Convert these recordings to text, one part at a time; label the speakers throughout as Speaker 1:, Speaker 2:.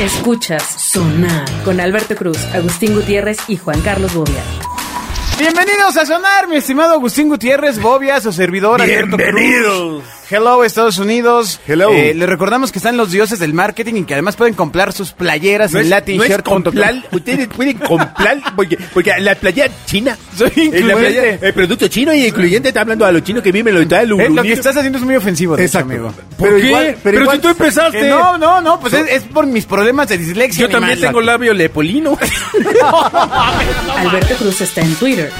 Speaker 1: Escuchas Sonar con Alberto Cruz, Agustín Gutiérrez y Juan Carlos Bobia.
Speaker 2: Bienvenidos a Sonar, mi estimado Agustín Gutiérrez, Bobia, su servidor Alberto
Speaker 3: Bienvenidos.
Speaker 2: Cruz. Hello, Estados Unidos.
Speaker 3: Hello.
Speaker 2: Eh, les recordamos que están los dioses del marketing y que además pueden comprar sus playeras
Speaker 3: No
Speaker 2: en
Speaker 3: es, no es
Speaker 2: latinshirt.com.
Speaker 3: complal, ustedes pueden comprar, porque, porque la playa china,
Speaker 2: Soy
Speaker 3: eh, la playa-
Speaker 2: incluyente.
Speaker 3: el producto chino y incluyente está hablando a los chinos que viven en la
Speaker 2: Eh,
Speaker 3: del
Speaker 2: lo que estás haciendo es muy ofensivo, de hecho,
Speaker 3: Exacto.
Speaker 2: amigo.
Speaker 3: ¿Por
Speaker 4: ¿Por
Speaker 3: qué?
Speaker 4: qué?
Speaker 3: Pero
Speaker 4: Pero,
Speaker 3: igual-
Speaker 4: si tú empezaste.
Speaker 2: Que no, no, no, pues es, es por mis problemas de dislexia.
Speaker 4: yo también
Speaker 2: animal.
Speaker 4: tengo labio lepolino.
Speaker 1: Alberto Cruz está en Twitter.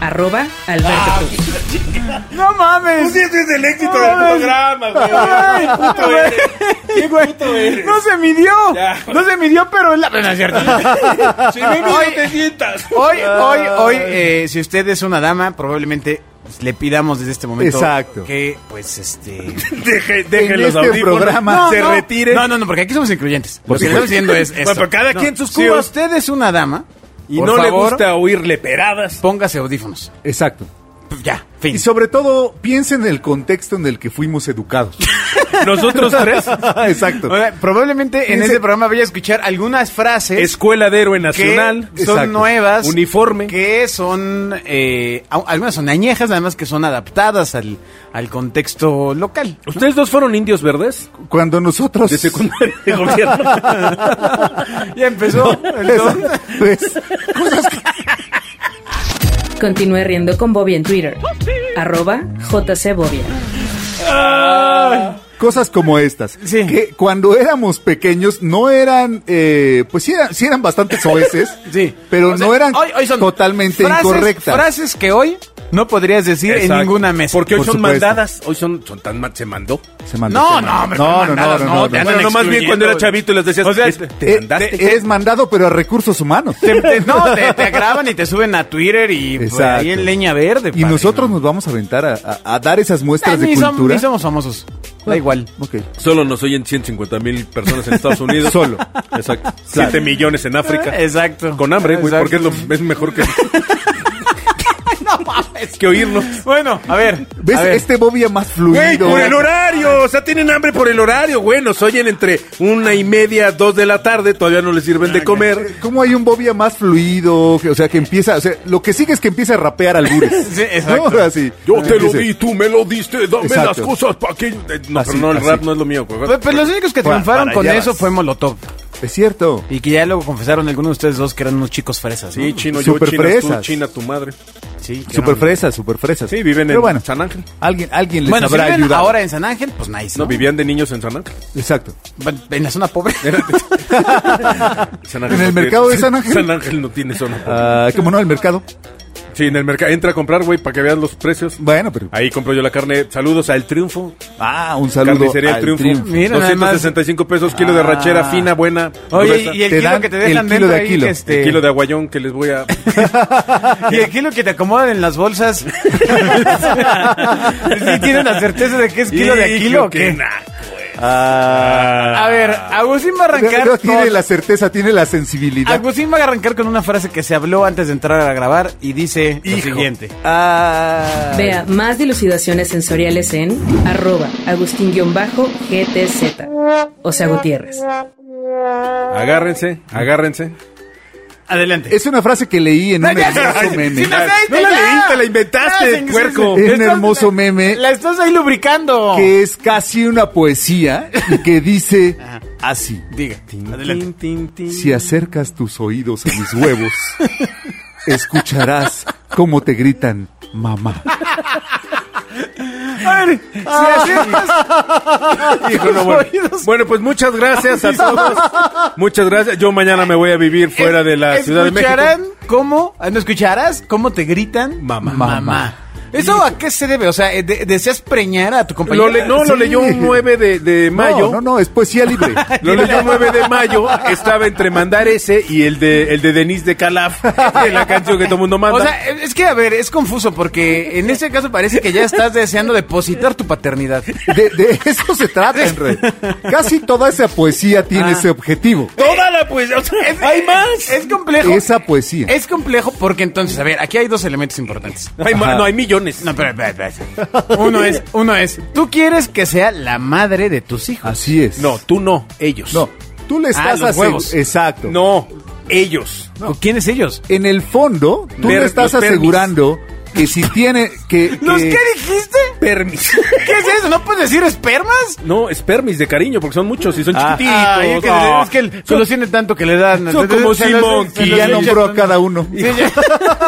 Speaker 1: Arroba Alberto Cruz.
Speaker 2: No mames.
Speaker 3: es el éxito
Speaker 2: No mames. Ay, puto güey. Güey, No se midió.
Speaker 4: Ya.
Speaker 2: No se midió, pero es la. No es cierto.
Speaker 4: Si me
Speaker 2: Hoy-
Speaker 4: no te sientas.
Speaker 2: Hoy, hoy, hoy, eh, si usted es una dama, probablemente pues, le pidamos desde este momento
Speaker 3: Exacto.
Speaker 2: que, pues, este.
Speaker 4: Deje,
Speaker 3: deje los audífonos,
Speaker 4: este se
Speaker 2: no.
Speaker 4: retire.
Speaker 2: No, no, no, porque aquí somos incluyentes. Lo
Speaker 3: Por
Speaker 2: que
Speaker 3: supuesto.
Speaker 2: estamos diciendo es.
Speaker 4: Bueno,
Speaker 2: esto.
Speaker 4: pero cada
Speaker 2: No,
Speaker 4: quien sus
Speaker 2: Si
Speaker 4: cubas.
Speaker 2: usted es una dama
Speaker 4: Y
Speaker 2: por
Speaker 4: no le
Speaker 2: favor,
Speaker 4: gusta oírle peradas.
Speaker 2: Póngase audífonos.
Speaker 3: Exacto.
Speaker 2: Pues, Ya, fin.
Speaker 5: Y sobre todo, piensen en el contexto en el que fuimos educados.
Speaker 4: Nosotros tres,
Speaker 5: Exacto.
Speaker 2: Ahora, probablemente en
Speaker 5: Fíjense-
Speaker 2: este programa vaya a escuchar algunas frases.
Speaker 4: Escuela de Héroe
Speaker 2: que
Speaker 4: Nacional.
Speaker 2: son
Speaker 5: Exacto.
Speaker 2: nuevas.
Speaker 4: Uniforme.
Speaker 2: Que son, eh, au- algunas son añejas, además que son adaptadas al, al contexto local.
Speaker 4: ¿Ustedes dos fueron indios verdes?
Speaker 5: Cuando nosotros...
Speaker 4: De secundaria de gobierno.
Speaker 2: Ya empezó.
Speaker 5: Esa- pues,
Speaker 1: Continúe riendo con Bobia en Twitter. Arroba JC Bobia.
Speaker 5: cosas como estas.
Speaker 2: Sí.
Speaker 5: Que cuando éramos pequeños no eran... eh, pues sí eran, sí eran bastante soeces.
Speaker 2: sí.
Speaker 5: Pero
Speaker 2: O sea,
Speaker 5: no eran
Speaker 2: hoy- hoy son
Speaker 5: totalmente
Speaker 2: frases-
Speaker 5: incorrectas.
Speaker 2: Frases que hoy no podrías decir en
Speaker 4: Exacto.
Speaker 2: ninguna mesa.
Speaker 4: Porque hoy
Speaker 5: Por
Speaker 4: son
Speaker 5: supuesto.
Speaker 4: mandadas. Hoy son, son tan ma- se mandó.
Speaker 5: Se mandó,
Speaker 2: No,
Speaker 5: se
Speaker 2: no, hombre,
Speaker 5: mandó. no,
Speaker 2: son
Speaker 5: no, no,
Speaker 2: mandadas,
Speaker 5: no,
Speaker 2: no,
Speaker 5: no,
Speaker 2: te
Speaker 5: no.
Speaker 2: andan
Speaker 4: Bueno, no más bien cuando era
Speaker 2: excluyendo.
Speaker 4: chavito les decías,
Speaker 2: O sea,
Speaker 4: es-
Speaker 2: te-
Speaker 4: te
Speaker 5: Eh,
Speaker 4: mandaste.
Speaker 5: te- eres mandado, pero a recursos humanos.
Speaker 2: Te- te- no, te, te agravan y te suben a Twitter y pues,
Speaker 5: Exacto.
Speaker 2: ahí en leña verde.
Speaker 5: Y nosotros nos vamos a aventar a, a- a dar esas muestras de
Speaker 2: Ah, ni, som-
Speaker 5: cultura.
Speaker 2: ni somos famosos. Da igual.
Speaker 5: Ok.
Speaker 4: Solo nos oyen 150 mil personas en Estados Unidos.
Speaker 5: Solo.
Speaker 4: Exacto. 7 millones en África.
Speaker 2: Exacto.
Speaker 4: Con hambre, güey,
Speaker 2: Ah, Exacto.
Speaker 4: porque es, lo, es mejor que,
Speaker 2: No mames.
Speaker 4: que oírnos.
Speaker 2: Bueno, a ver.
Speaker 5: ¿Ves
Speaker 2: a ver.
Speaker 5: este bobia más
Speaker 4: Güey,
Speaker 5: fluido?
Speaker 4: por el horario. O sea, tienen hambre por el horario. Güey, nos oyen entre una y media, dos de la tarde. Todavía no les sirven de comer.
Speaker 5: ¿Cómo hay un Bobia más fluido? Que, O sea, que empieza, o sea, lo que sigue es que empieza a rapear albures.
Speaker 2: Sí, exacto.
Speaker 5: ¿No? Así. Empieza.
Speaker 4: tú me lo diste. Dame
Speaker 5: Ah, Exacto.
Speaker 4: cosas para que. eh, No,
Speaker 5: Así,
Speaker 4: pero no, el
Speaker 5: así.
Speaker 4: rap no es lo mío. güey.
Speaker 2: Pues, pues los únicos que
Speaker 5: Para-
Speaker 2: triunfaron
Speaker 5: para
Speaker 2: con
Speaker 5: allá
Speaker 2: eso
Speaker 5: vas.
Speaker 2: fue Molotov.
Speaker 5: Es cierto.
Speaker 2: Y que ya luego confesaron algunos de ustedes dos que eran unos chicos fresas. ¿no?
Speaker 4: Sí, chino, yo,
Speaker 5: Super
Speaker 4: chino, tú,
Speaker 5: fresas.
Speaker 4: china, tu madre.
Speaker 2: sí. que
Speaker 5: Super
Speaker 2: no-
Speaker 5: fresas, super fresas.
Speaker 4: Sí, viven
Speaker 5: Pero
Speaker 4: en
Speaker 5: bueno,
Speaker 4: San Ángel.
Speaker 5: Alguien, alguien les
Speaker 2: Bueno, si
Speaker 5: habrá
Speaker 2: viven
Speaker 5: ayudado.
Speaker 2: ahora en San Ángel, pues nice.
Speaker 4: No,
Speaker 2: No,
Speaker 4: vivían de niños en San Ángel.
Speaker 5: Exacto.
Speaker 2: Bueno, En la zona pobre.
Speaker 4: San
Speaker 5: ¿En el
Speaker 4: tiene-
Speaker 5: mercado de San Ángel?
Speaker 4: San Ángel no tiene zona.
Speaker 5: Ah, ¿Cómo no? El mercado.
Speaker 4: Sí, en el mercado. Entra a comprar, güey, para que vean los precios.
Speaker 5: Bueno, pero.
Speaker 4: Ahí compro yo la carne. Saludos al Triunfo.
Speaker 5: Ah, un saludo.
Speaker 4: Carnicería
Speaker 5: al
Speaker 4: El Triunfo.
Speaker 5: triunfo.
Speaker 2: Mira, nada más.
Speaker 4: 265 pesos, kilo de rachera fina, buena.
Speaker 2: Oye,
Speaker 4: gruesa.
Speaker 2: y el
Speaker 5: Ah. Te
Speaker 2: kilo
Speaker 5: dan
Speaker 2: que te dejan
Speaker 5: el kilo
Speaker 2: dentro
Speaker 5: de
Speaker 2: ahí,
Speaker 5: kilo.
Speaker 2: que
Speaker 5: El
Speaker 2: este-
Speaker 4: El kilo de aguayón que les voy a...
Speaker 2: y el kilo que te acomodan en las bolsas. ¿Sí tienes la certeza de que es kilo de kilo o qué?
Speaker 4: eh.
Speaker 5: Ah.
Speaker 2: A ver, Agustín va a arrancar.
Speaker 5: Pero tiene
Speaker 2: con-
Speaker 5: la certeza, tiene la sensibilidad.
Speaker 4: Ah,
Speaker 2: Agustín va a arrancar con una frase que se habló antes de entrar a grabar y dice lo siguiente.
Speaker 5: Ah.
Speaker 1: Vea más dilucidaciones sensoriales en arroba Agustín-GTZ. O sea, Gutiérrez.
Speaker 4: Agárrense, agárrense.
Speaker 2: Adelante.
Speaker 5: Es una frase que leí en un hermoso meme.
Speaker 2: Sin aceite,
Speaker 4: No la
Speaker 2: ya.
Speaker 4: leíste, la inventaste,
Speaker 2: Ah, sin-
Speaker 4: puerco.
Speaker 2: sin-
Speaker 5: Es un
Speaker 2: Estás-
Speaker 5: hermoso meme.
Speaker 2: La estás ahí lubricando.
Speaker 5: que es casi una poesía y que dice así.
Speaker 2: Diga.
Speaker 4: Tin, tin, tin.
Speaker 5: Si acercas tus oídos a mis huevos, escucharás cómo te gritan mamá.
Speaker 2: A ver, si aceptas-
Speaker 4: Hijo, no, bueno.
Speaker 2: oídos.
Speaker 4: Bueno, pues muchas gracias a todos. Muchas gracias. Yo mañana me voy a vivir fuera de la Ciudad de México.
Speaker 2: Escucharán cómo, ah, no escucharás cómo te gritan
Speaker 4: Mamá.
Speaker 2: ¿Eso a qué se debe? O sea, eh, de- ¿deseas preñar a tu compañero?
Speaker 4: Lo le- no, lo
Speaker 5: Sí.
Speaker 4: leyó un 9 de, de mayo.
Speaker 5: No, no, no, es poesía libre.
Speaker 4: Lo leyó el 9 de mayo, estaba entre mandar ese y el de el de Denise de Calaf, de la canción que todo mundo manda.
Speaker 2: O sea, eh, es que a ver, es confuso porque en este caso parece que ya estás deseando depositar tu paternidad.
Speaker 5: De, de eso se trata, Enrique. Casi toda esa poesía
Speaker 2: Ah.
Speaker 5: tiene ese objetivo.
Speaker 4: toda la pues, o sea, hay más.
Speaker 2: Es complejo.
Speaker 5: Esa poesía.
Speaker 2: Es complejo porque entonces, a ver, aquí hay dos elementos importantes.
Speaker 4: Hay ma- no hay millones.
Speaker 2: No, pero, pero, pero, uno es, uno es, tú quieres que sea la madre de tus hijos.
Speaker 5: Así es.
Speaker 4: No, tú no, ellos.
Speaker 5: No, tú le estás
Speaker 2: Ah, los
Speaker 5: asegu-
Speaker 2: huevos.
Speaker 5: Exacto.
Speaker 6: No, ellos.
Speaker 2: ¿Quiénes ellos?
Speaker 5: En el fondo, tú
Speaker 6: Ver-
Speaker 5: le estás
Speaker 6: los permis.
Speaker 5: asegurando que si tiene que,
Speaker 2: ¿Los
Speaker 5: que-
Speaker 2: qué dijiste?
Speaker 6: Permis.
Speaker 2: ¿Qué es eso? ¿No puedes decir espermas?
Speaker 6: No, espermis de cariño, porque son muchos y son chiquititos.
Speaker 2: Ay, es que,
Speaker 6: Ah.
Speaker 2: es que el- se los tiene tanto que le dan.
Speaker 6: son como
Speaker 2: Se los-
Speaker 6: Simón,
Speaker 2: se
Speaker 5: que
Speaker 2: los
Speaker 5: ya
Speaker 2: echa-
Speaker 5: nombró a cada uno.
Speaker 2: Sí, ya.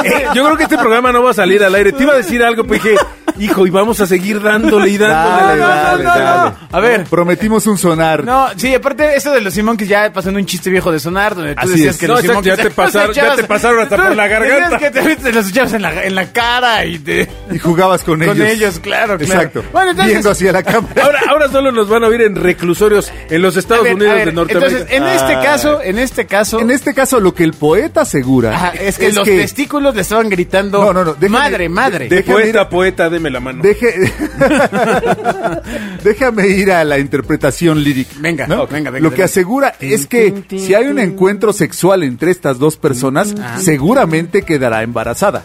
Speaker 6: Eh, yo creo que este programa no va a salir al aire. Te iba a decir algo, pues dije, hijo, y vamos a seguir dándole y
Speaker 5: Dale,
Speaker 6: dándole.
Speaker 5: dale,
Speaker 2: no, no,
Speaker 5: dale.
Speaker 2: no. A ver.
Speaker 5: Prometimos un sonar.
Speaker 2: No, sí, aparte eso de los Simón que ya pasando un chiste viejo de sonar, donde tú
Speaker 5: Así
Speaker 2: decías
Speaker 5: es.
Speaker 2: que
Speaker 6: No,
Speaker 2: los
Speaker 6: exacto,
Speaker 2: Simón
Speaker 6: ya
Speaker 2: que
Speaker 6: te pasaron- ya te pasaron hasta por la garganta.
Speaker 2: Decías que te, te los echabas en la, en la cara y te
Speaker 5: Y jugabas con,
Speaker 2: con
Speaker 5: ellos.
Speaker 2: ellos, claro, claro.
Speaker 5: Exacto.
Speaker 2: Bueno, entonces
Speaker 5: Viendo hacia la cámara.
Speaker 6: Ahora, ahora solo nos van a oír en reclusorios en los Estados
Speaker 2: a ver,
Speaker 6: Unidos
Speaker 2: a ver,
Speaker 6: de Norteamérica.
Speaker 2: Entonces,
Speaker 4: em-
Speaker 2: en este
Speaker 5: Ah.
Speaker 2: caso, en este caso
Speaker 5: En este caso, lo que el poeta asegura
Speaker 2: ajá, es que los testículos le estaban gritando
Speaker 5: No, no, no, déjame-
Speaker 2: madre, madre.
Speaker 6: de
Speaker 5: déjame
Speaker 6: poeta a poeta, deme la mano.
Speaker 5: Deje- Déjame ir a la interpretación lírica.
Speaker 2: Venga,
Speaker 5: ¿no?
Speaker 2: ok, venga, venga,
Speaker 5: Lo que
Speaker 2: venga.
Speaker 5: asegura
Speaker 2: tin,
Speaker 5: es que
Speaker 2: tin,
Speaker 5: si hay un
Speaker 2: tin.
Speaker 5: encuentro sexual entre estas dos personas, seguramente quedará embarazada.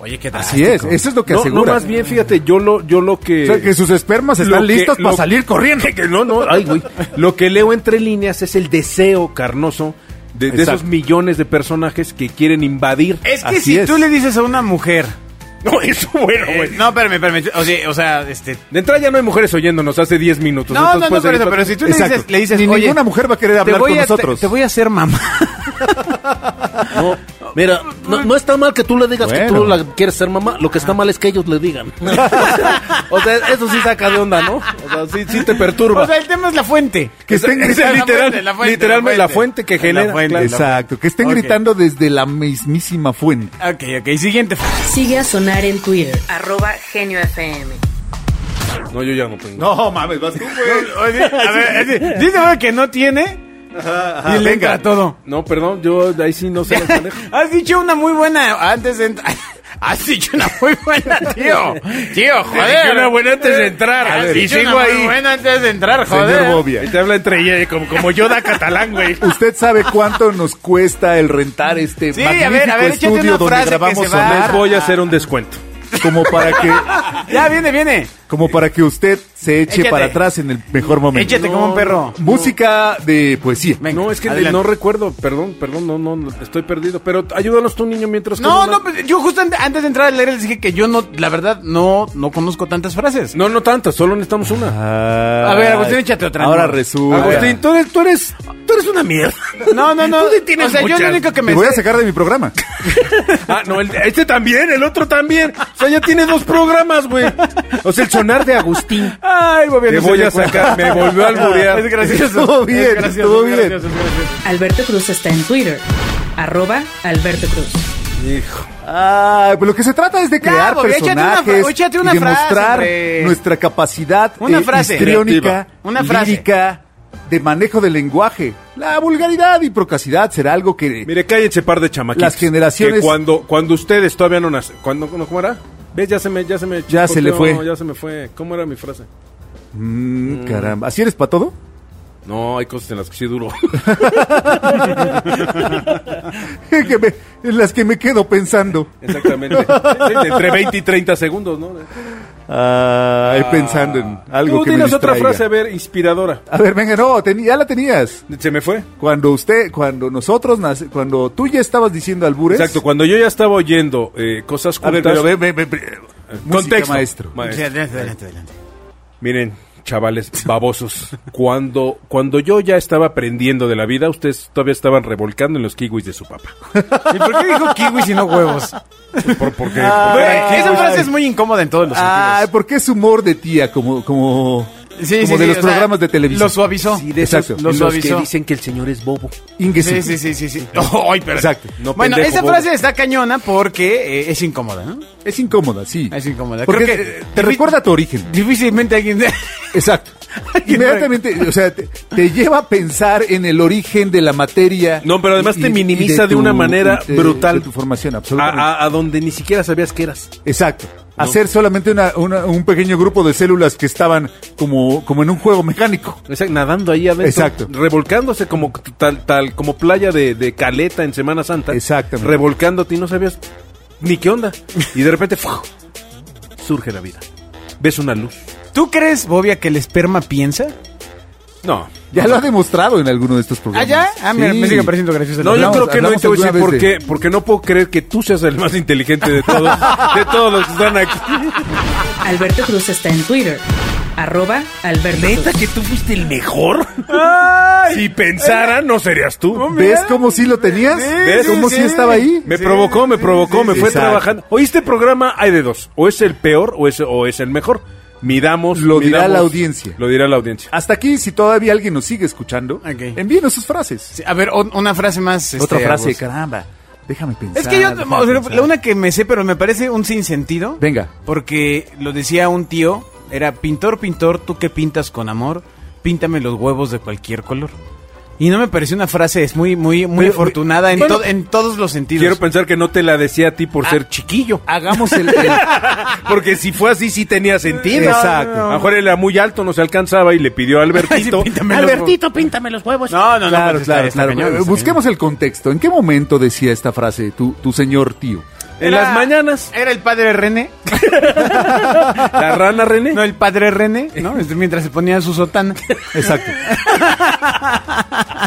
Speaker 2: Oye, qué
Speaker 5: Así es, eso es lo que
Speaker 6: no, no,
Speaker 5: asegura.
Speaker 6: más bien, fíjate, yo lo, yo lo que...
Speaker 5: O
Speaker 2: eh,
Speaker 5: sea, que sus espermas están
Speaker 6: lo que-
Speaker 5: listas para
Speaker 6: lo-
Speaker 5: salir corriendo.
Speaker 6: Que no, no, ay, güey. Lo que leo entre líneas es el deseo carnoso de, de
Speaker 5: Exacto.
Speaker 6: esos millones de personajes que quieren invadir.
Speaker 2: Es que
Speaker 5: Así
Speaker 2: si
Speaker 5: es.
Speaker 2: tú le dices a una mujer,
Speaker 6: No, eso bueno,
Speaker 2: eh,
Speaker 6: güey.
Speaker 2: no, espérame, espérame, o sea, o sea, este
Speaker 6: De entrada ya no hay mujeres oyéndonos hace 10 minutos.
Speaker 2: No,
Speaker 6: entonces
Speaker 2: no, no,
Speaker 6: puedes
Speaker 2: por
Speaker 6: seguir
Speaker 2: eso,
Speaker 6: con-
Speaker 2: pero si tú le
Speaker 5: Exacto.
Speaker 2: dices, le dices,
Speaker 5: Ni
Speaker 2: oye,
Speaker 5: ninguna mujer va a querer
Speaker 2: te
Speaker 5: hablar
Speaker 2: voy
Speaker 5: con
Speaker 2: a- te-
Speaker 5: nosotros.
Speaker 2: Te, voy a hacer mamá.
Speaker 7: No, mira, no, no está mal que tú le digas que
Speaker 5: Bueno.
Speaker 7: tú la quieres ser mamá. Lo que
Speaker 6: Ah.
Speaker 7: está mal es que ellos le digan. o sea, eso sí saca de onda, ¿no? O sea, sí, sí te perturba.
Speaker 2: O sea, el tema es la fuente.
Speaker 5: Que estén
Speaker 6: es
Speaker 5: gritando-
Speaker 6: el literal, literalmente la fuente que genera, claro.
Speaker 5: Exacto, que estén
Speaker 2: Ok.
Speaker 5: gritando desde la mismísima fuente.
Speaker 2: Ok, ok, siguiente.
Speaker 1: Sigue a Sonar en Twitter, arroba Genio FM.
Speaker 6: No, yo ya no tengo.
Speaker 5: No mames, vas tú,
Speaker 2: Oye, a ver, dice dice, güey, que no tiene y le entra todo.
Speaker 6: No, perdón, yo de ahí sí no sé. las manejo.
Speaker 2: Has dicho una muy buena antes de entrar. Has dicho una muy buena, tío. Tío, joder.
Speaker 6: dije una buena antes de entrar. A
Speaker 2: Has
Speaker 6: ver,
Speaker 2: dicho
Speaker 6: y
Speaker 2: una
Speaker 6: sigo
Speaker 2: muy
Speaker 6: ahí.
Speaker 2: buena antes de entrar, joder.
Speaker 5: Señor Bobia.
Speaker 6: Y te habla entre ella como, como Yoda catalán, güey.
Speaker 5: Usted sabe cuánto nos cuesta el rentar este
Speaker 2: Sí, a ver,
Speaker 5: magnífico
Speaker 2: a ver, échate
Speaker 5: estudio
Speaker 2: una frase
Speaker 5: donde
Speaker 2: que
Speaker 5: grabamos
Speaker 2: se va-
Speaker 5: sonar,
Speaker 6: Les voy a hacer un descuento.
Speaker 5: como para que
Speaker 2: Ya viene, viene.
Speaker 5: como para que usted se eche
Speaker 2: Échate.
Speaker 5: para atrás en el mejor momento.
Speaker 2: Échate como un perro.
Speaker 5: Música de poesía.
Speaker 2: Venga,
Speaker 6: no, es que
Speaker 2: adelante.
Speaker 6: no recuerdo, perdón, perdón, no, no, no, estoy perdido. Pero ayúdanos tú, niño, mientras...
Speaker 2: No,
Speaker 6: como-
Speaker 2: no, pues, yo justo ante- antes de entrar a leer les dije que yo no, la verdad, no, no conozco tantas frases.
Speaker 6: No, no tanto, solo necesitamos una.
Speaker 5: A
Speaker 2: ver, Agustín, échate otra,
Speaker 5: Ah, Ahora
Speaker 2: no.
Speaker 5: resulta.
Speaker 6: Agustín, tú eres, tú eres, tú eres una mierda.
Speaker 2: No, no, no.
Speaker 6: Tú sí tienes
Speaker 2: o sea, yo
Speaker 6: muchas.
Speaker 2: lo único que me
Speaker 5: Te voy a
Speaker 2: sé-
Speaker 5: sacar de mi programa.
Speaker 6: Ah, no, el- este también, el otro también. O sea, ya tiene dos programas, güey. O sea, el sonar de Agustín.
Speaker 2: Ay, Bobia,
Speaker 6: Te
Speaker 2: no se
Speaker 6: voy a
Speaker 2: acuerda.
Speaker 6: sacar, me volvió a alburear.
Speaker 2: Es gracioso.
Speaker 5: Estuvo
Speaker 2: es
Speaker 5: bien,
Speaker 2: gracioso,
Speaker 5: estuvo
Speaker 2: es
Speaker 5: bien.
Speaker 2: gracioso, es gracioso.
Speaker 1: Alberto Cruz está en Twitter, arroba Alberto Cruz.
Speaker 5: Ah, pues lo que se trata es de crear
Speaker 2: Bobby, échate una fra-
Speaker 5: personajes
Speaker 2: échate una
Speaker 5: y
Speaker 2: frase,
Speaker 5: demostrar
Speaker 2: hombre.
Speaker 5: nuestra capacidad eh,
Speaker 2: Una frase.
Speaker 5: histriónica,
Speaker 2: Creativa. Una frase.
Speaker 5: lírica, de manejo del lenguaje. La vulgaridad y procacidad será algo que
Speaker 6: Mire, cállense par de chamaquitos.
Speaker 5: Las generaciones-
Speaker 6: Que cuando, cuando ustedes todavía no nacen. Cuando, no, ¿Cómo era? ¿Ves? Ya se me... Ya se, me
Speaker 5: Ya se le
Speaker 6: chicoteó,
Speaker 5: fue.
Speaker 6: Ya se me fue. ¿Cómo era mi frase?
Speaker 5: Mm, caramba, ¿así eres para todo?
Speaker 6: No, hay cosas en las que sí duro.
Speaker 5: Que me- en las que me quedo pensando.
Speaker 6: Exactamente. Sí, de entre 20 y 30 segundos, ¿no?
Speaker 5: Ay, pensando en algo
Speaker 6: Ah. Tú
Speaker 5: que me
Speaker 6: tienes otra
Speaker 5: distraiga.
Speaker 6: frase, a ver, inspiradora.
Speaker 5: A ver, venga, no, teni- ya la tenías.
Speaker 6: Se me fue.
Speaker 5: Cuando usted, cuando nosotros, nace- cuando tú ya estabas diciendo albures.
Speaker 6: Exacto, cuando yo ya estaba oyendo eh, cosas
Speaker 5: A ver,
Speaker 6: cultas...
Speaker 5: pero ve, ve, ve, ve. Música,
Speaker 6: Contexto.
Speaker 5: maestro.
Speaker 2: Sí, adelante, adelante, adelante.
Speaker 6: Miren, chavales babosos, cuando, cuando yo ya estaba aprendiendo de la vida, ustedes todavía estaban revolcando en los kiwis de su papá.
Speaker 2: ¿Y por qué dijo kiwi si no huevos?
Speaker 6: Por- porque,
Speaker 5: Ah,
Speaker 2: Güey, esa frase es muy incómoda en todos los
Speaker 5: Ay,
Speaker 2: sentidos.
Speaker 5: porque es humor de tía, como, como,
Speaker 2: Sí, sí,
Speaker 5: como de
Speaker 2: sí,
Speaker 5: los
Speaker 2: o sea,
Speaker 5: programas de televisión.
Speaker 2: Lo suavizó.
Speaker 5: Sí, de esos-
Speaker 2: Exacto. Lo
Speaker 5: los
Speaker 2: suavizó.
Speaker 7: que el señor es bobo.
Speaker 5: Ingue
Speaker 2: Sí,
Speaker 5: su-
Speaker 2: sí, sí, sí, sí. Ay, pero-
Speaker 5: Exacto.
Speaker 6: No,
Speaker 2: bueno,
Speaker 6: pendejo,
Speaker 2: esa
Speaker 6: bobo.
Speaker 2: frase está cañona porque eh, es incómoda, ¿no?
Speaker 5: Es incómoda, sí.
Speaker 2: Es incómoda.
Speaker 5: Porque
Speaker 2: Creo que-
Speaker 5: te- te recuerda a tu origen.
Speaker 2: Difícilmente alguien...
Speaker 5: Exacto. Inmediatamente, o sea, te, te lleva a pensar en el origen de la materia.
Speaker 6: No, pero además te minimiza de una manera
Speaker 5: y
Speaker 6: brutal. Ah,
Speaker 5: de tu formación, absolutamente.
Speaker 6: a, a- a donde ni siquiera sabías que eras.
Speaker 5: Exacto. Hacer solamente una- una- un pequeño grupo de células que estaban como, como en un juego mecánico.
Speaker 6: Exacto, nadando ahí adentro.
Speaker 5: Exacto.
Speaker 6: Revolcándose como tal, tal, como playa de, de caleta en Semana Santa.
Speaker 5: Exactamente.
Speaker 6: Revolcándote y no sabías ni qué onda. Y de repente ¡fua! surge la vida. Ves una luz.
Speaker 2: ¿Tú crees, Bobia, que el esperma piensa?
Speaker 6: No.
Speaker 5: Ya lo ha demostrado en alguno de estos programas.
Speaker 2: ¿Ah, ya? Ah, mira, me sigue pareciendo gracioso.
Speaker 6: No, yo
Speaker 5: Hablamos-
Speaker 6: creo que no, y
Speaker 5: hablamos
Speaker 6: te voy a decir
Speaker 5: alguna
Speaker 6: por qué.
Speaker 5: vez
Speaker 6: Porque no puedo creer que tú seas el más inteligente de todos, de todos los que están aquí.
Speaker 1: Alberto Cruz está en Twitter. Arroba Alberto
Speaker 7: ¿Neta
Speaker 1: Cruz.
Speaker 7: que tú fuiste el mejor?
Speaker 6: Si pensara, no serías tú.
Speaker 5: ¿Ves cómo sí lo tenías? ¿Ves
Speaker 6: Oh, sí,
Speaker 5: cómo
Speaker 6: sí.
Speaker 5: sí estaba ahí?
Speaker 6: Me provocó, me provocó, me fue
Speaker 5: Exacto.
Speaker 6: trabajando. Oye, este programa hay de dos. O es el peor o es, o es el mejor. Miramos.
Speaker 5: Lo dirá
Speaker 6: midamos-
Speaker 5: la audiencia.
Speaker 6: Lo dirá la audiencia.
Speaker 5: Hasta aquí, si todavía alguien nos sigue escuchando,
Speaker 2: Ok.
Speaker 5: envíenos sus frases.
Speaker 2: Sí, a ver, o- una frase más. este,
Speaker 5: Otra frase,
Speaker 2: Agus.
Speaker 5: caramba. Déjame pensar.
Speaker 2: Es que yo,
Speaker 5: déjame
Speaker 2: o sea,
Speaker 5: pensar.
Speaker 2: la una que me sé, pero me parece un sinsentido.
Speaker 5: Venga.
Speaker 2: Porque lo decía un tío, era pintor, pintor, tú que pintas con amor, píntame los huevos de cualquier color. Y no me pareció una frase, es muy, muy, muy
Speaker 6: Pero,
Speaker 2: afortunada en,
Speaker 6: bueno,
Speaker 2: to- en todos los sentidos. Ah,
Speaker 6: Quiero pensar que no te la decía a ti por ser chiquillo.
Speaker 5: Hagamos el... el-
Speaker 6: Porque si fue así, sí tenía sentido.
Speaker 5: Exacto.
Speaker 6: A lo mejor era muy alto, no se alcanzaba y le pidió a Albertito.
Speaker 2: píntame los
Speaker 7: Albertito, píntame los huevos.
Speaker 2: No, no, no.
Speaker 5: claro,
Speaker 2: pues está-
Speaker 5: claro,
Speaker 2: está
Speaker 5: claro. Eh,
Speaker 2: cañón, está
Speaker 5: Busquemos el contexto. ¿En qué momento decía esta frase tu, tu señor tío?
Speaker 2: cañón.
Speaker 6: en
Speaker 2: Era-
Speaker 6: las mañanas.
Speaker 2: Era el padre René,
Speaker 6: La rana René.
Speaker 2: no el padre René, ¿no? Este, Mientras se ponía su sotana.
Speaker 5: Exacto.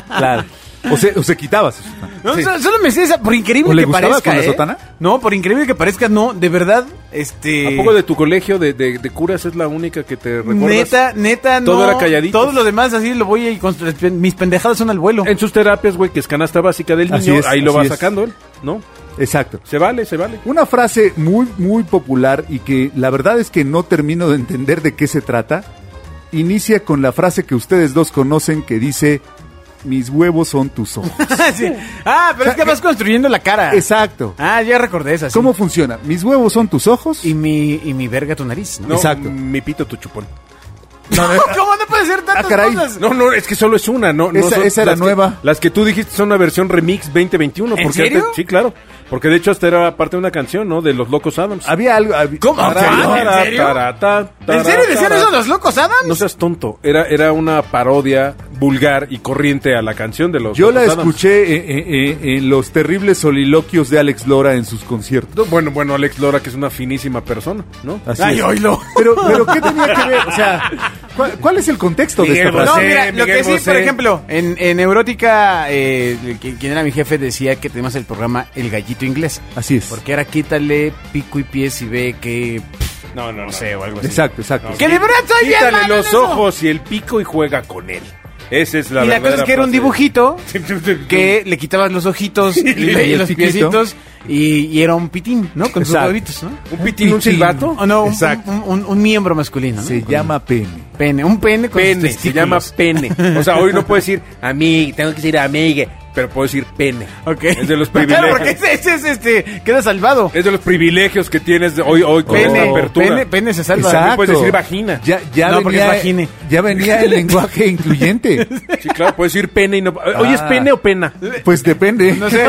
Speaker 5: claro. O se, o se quitaba. su-
Speaker 2: No,
Speaker 5: Sí.
Speaker 2: so- solo me sé esa, por increíble
Speaker 5: ¿O le
Speaker 2: que
Speaker 5: gustaba
Speaker 2: parezca.
Speaker 5: con la
Speaker 2: ¿eh?
Speaker 5: sotana?
Speaker 2: No, por increíble que parezca, no, de verdad, este.
Speaker 6: ¿A poco de tu colegio de, de- de curas es la única que te recuerdas?
Speaker 2: Neta, neta, no.
Speaker 6: Todo era calladito.
Speaker 2: Todo lo demás así lo voy y con las pen- mis pendejadas son al vuelo.
Speaker 6: En sus terapias, güey, que es canasta básica del
Speaker 5: Así
Speaker 6: niño,
Speaker 5: es,
Speaker 6: ahí lo
Speaker 5: así
Speaker 6: va
Speaker 5: es.
Speaker 6: sacando él, ¿no?
Speaker 5: Exacto.
Speaker 6: Se vale, se vale.
Speaker 5: Una frase muy, muy popular y que la verdad es que no termino de entender de qué se trata, inicia con la frase que ustedes dos conocen que dice, mis huevos son tus ojos.
Speaker 2: Sí. Ah, pero es que vas construyendo la cara.
Speaker 5: Exacto.
Speaker 2: Ah, ya recordé esa. sí.
Speaker 5: ¿Cómo funciona? Mis huevos son tus ojos.
Speaker 2: Y mi, y mi verga tu nariz, ¿no?
Speaker 6: No,
Speaker 5: Exacto.
Speaker 6: Mi pito tu chupón.
Speaker 2: ¿Cómo no puede ser tantas
Speaker 5: Ah, caray.
Speaker 2: cosas?
Speaker 6: No, no, es que solo es una, ¿no? no
Speaker 5: Esa-
Speaker 6: son-
Speaker 5: esa era
Speaker 6: las que-
Speaker 5: nueva.
Speaker 6: las que tú dijiste son una versión remix 2021.
Speaker 2: ¿En
Speaker 6: porque
Speaker 2: serio?
Speaker 6: antes- sí, claro. Porque de hecho hasta era parte de una canción, ¿no? De los Locos Adams.
Speaker 5: Había algo... hab-
Speaker 2: ¿Cómo?
Speaker 5: Tarara,
Speaker 2: Ah, ¿en
Speaker 6: Tarara,
Speaker 2: serio?
Speaker 6: tarata,
Speaker 2: ¿En serio decían
Speaker 6: tarara.
Speaker 2: eso los locos Adams?
Speaker 6: No seas tonto. Era, era una parodia vulgar y corriente a la canción de los
Speaker 5: Yo la
Speaker 6: Locos Adams.
Speaker 5: escuché eh, eh, eh, en los terribles soliloquios de Alex Lora en sus conciertos.
Speaker 6: No, Bueno, bueno, Alex Lora, que es una finísima persona, ¿no?
Speaker 5: Así
Speaker 2: Ay,
Speaker 5: es.
Speaker 2: oílo.
Speaker 5: Pero, pero ¿qué tenía que ver? O sea, ¿cuál, cuál es el contexto de
Speaker 6: Miguel
Speaker 5: esta
Speaker 2: No,
Speaker 5: frase?
Speaker 6: Bosé.
Speaker 2: mira, lo
Speaker 6: Miguel
Speaker 2: que sí,
Speaker 6: Bosé.
Speaker 2: por ejemplo, en, en Neurótica, eh, el que- quien era mi jefe decía que teníamos el programa El Gallito Inglés.
Speaker 5: Así es.
Speaker 2: Porque era quítale pico y pies y ve que,
Speaker 6: No, no,
Speaker 2: no sé, o algo así.
Speaker 5: Exacto, exacto.
Speaker 2: Que de verdad soy bien
Speaker 6: Quítale
Speaker 2: malo en
Speaker 6: los
Speaker 2: eso.
Speaker 6: ojos y el pico y juega con él. Esa es la
Speaker 2: y la cosa es que era un dibujito
Speaker 6: que
Speaker 2: que le quitabas los ojitos y le veías los
Speaker 5: piquito.
Speaker 2: piecitos y, y era un pitín, ¿no? Con sus
Speaker 5: Exacto.
Speaker 2: huevitos, ¿no?
Speaker 6: un pitín, un
Speaker 5: pitín.
Speaker 6: silbato.
Speaker 2: O no, un,
Speaker 5: Exacto.
Speaker 2: un- un- un miembro masculino, ¿no?
Speaker 5: Se llama pene.
Speaker 2: Pene, un pene con sus
Speaker 6: Pene, se
Speaker 2: testículos.
Speaker 6: llama pene. O sea, hoy no puedo decir amigue, tengo que decir amigue, pero puedo decir pene.
Speaker 2: Ok.
Speaker 6: Es de los
Speaker 2: Claro, porque
Speaker 6: privilegios.
Speaker 2: ese, ese es este, queda salvado.
Speaker 6: Es de los privilegios que tienes de hoy, hoy con esta
Speaker 2: Pene,
Speaker 6: apertura.
Speaker 2: pene, pene se salva.
Speaker 6: Exacto. puedes decir vagina.
Speaker 5: Ya, ya
Speaker 2: No, porque es
Speaker 5: venía,
Speaker 2: vagine.
Speaker 5: ya venía el lenguaje incluyente.
Speaker 6: Sí, claro, puedes decir pene y no. Oye, ¿es
Speaker 5: Ah.
Speaker 6: pene o pena?
Speaker 5: Pues depende.
Speaker 2: No sé.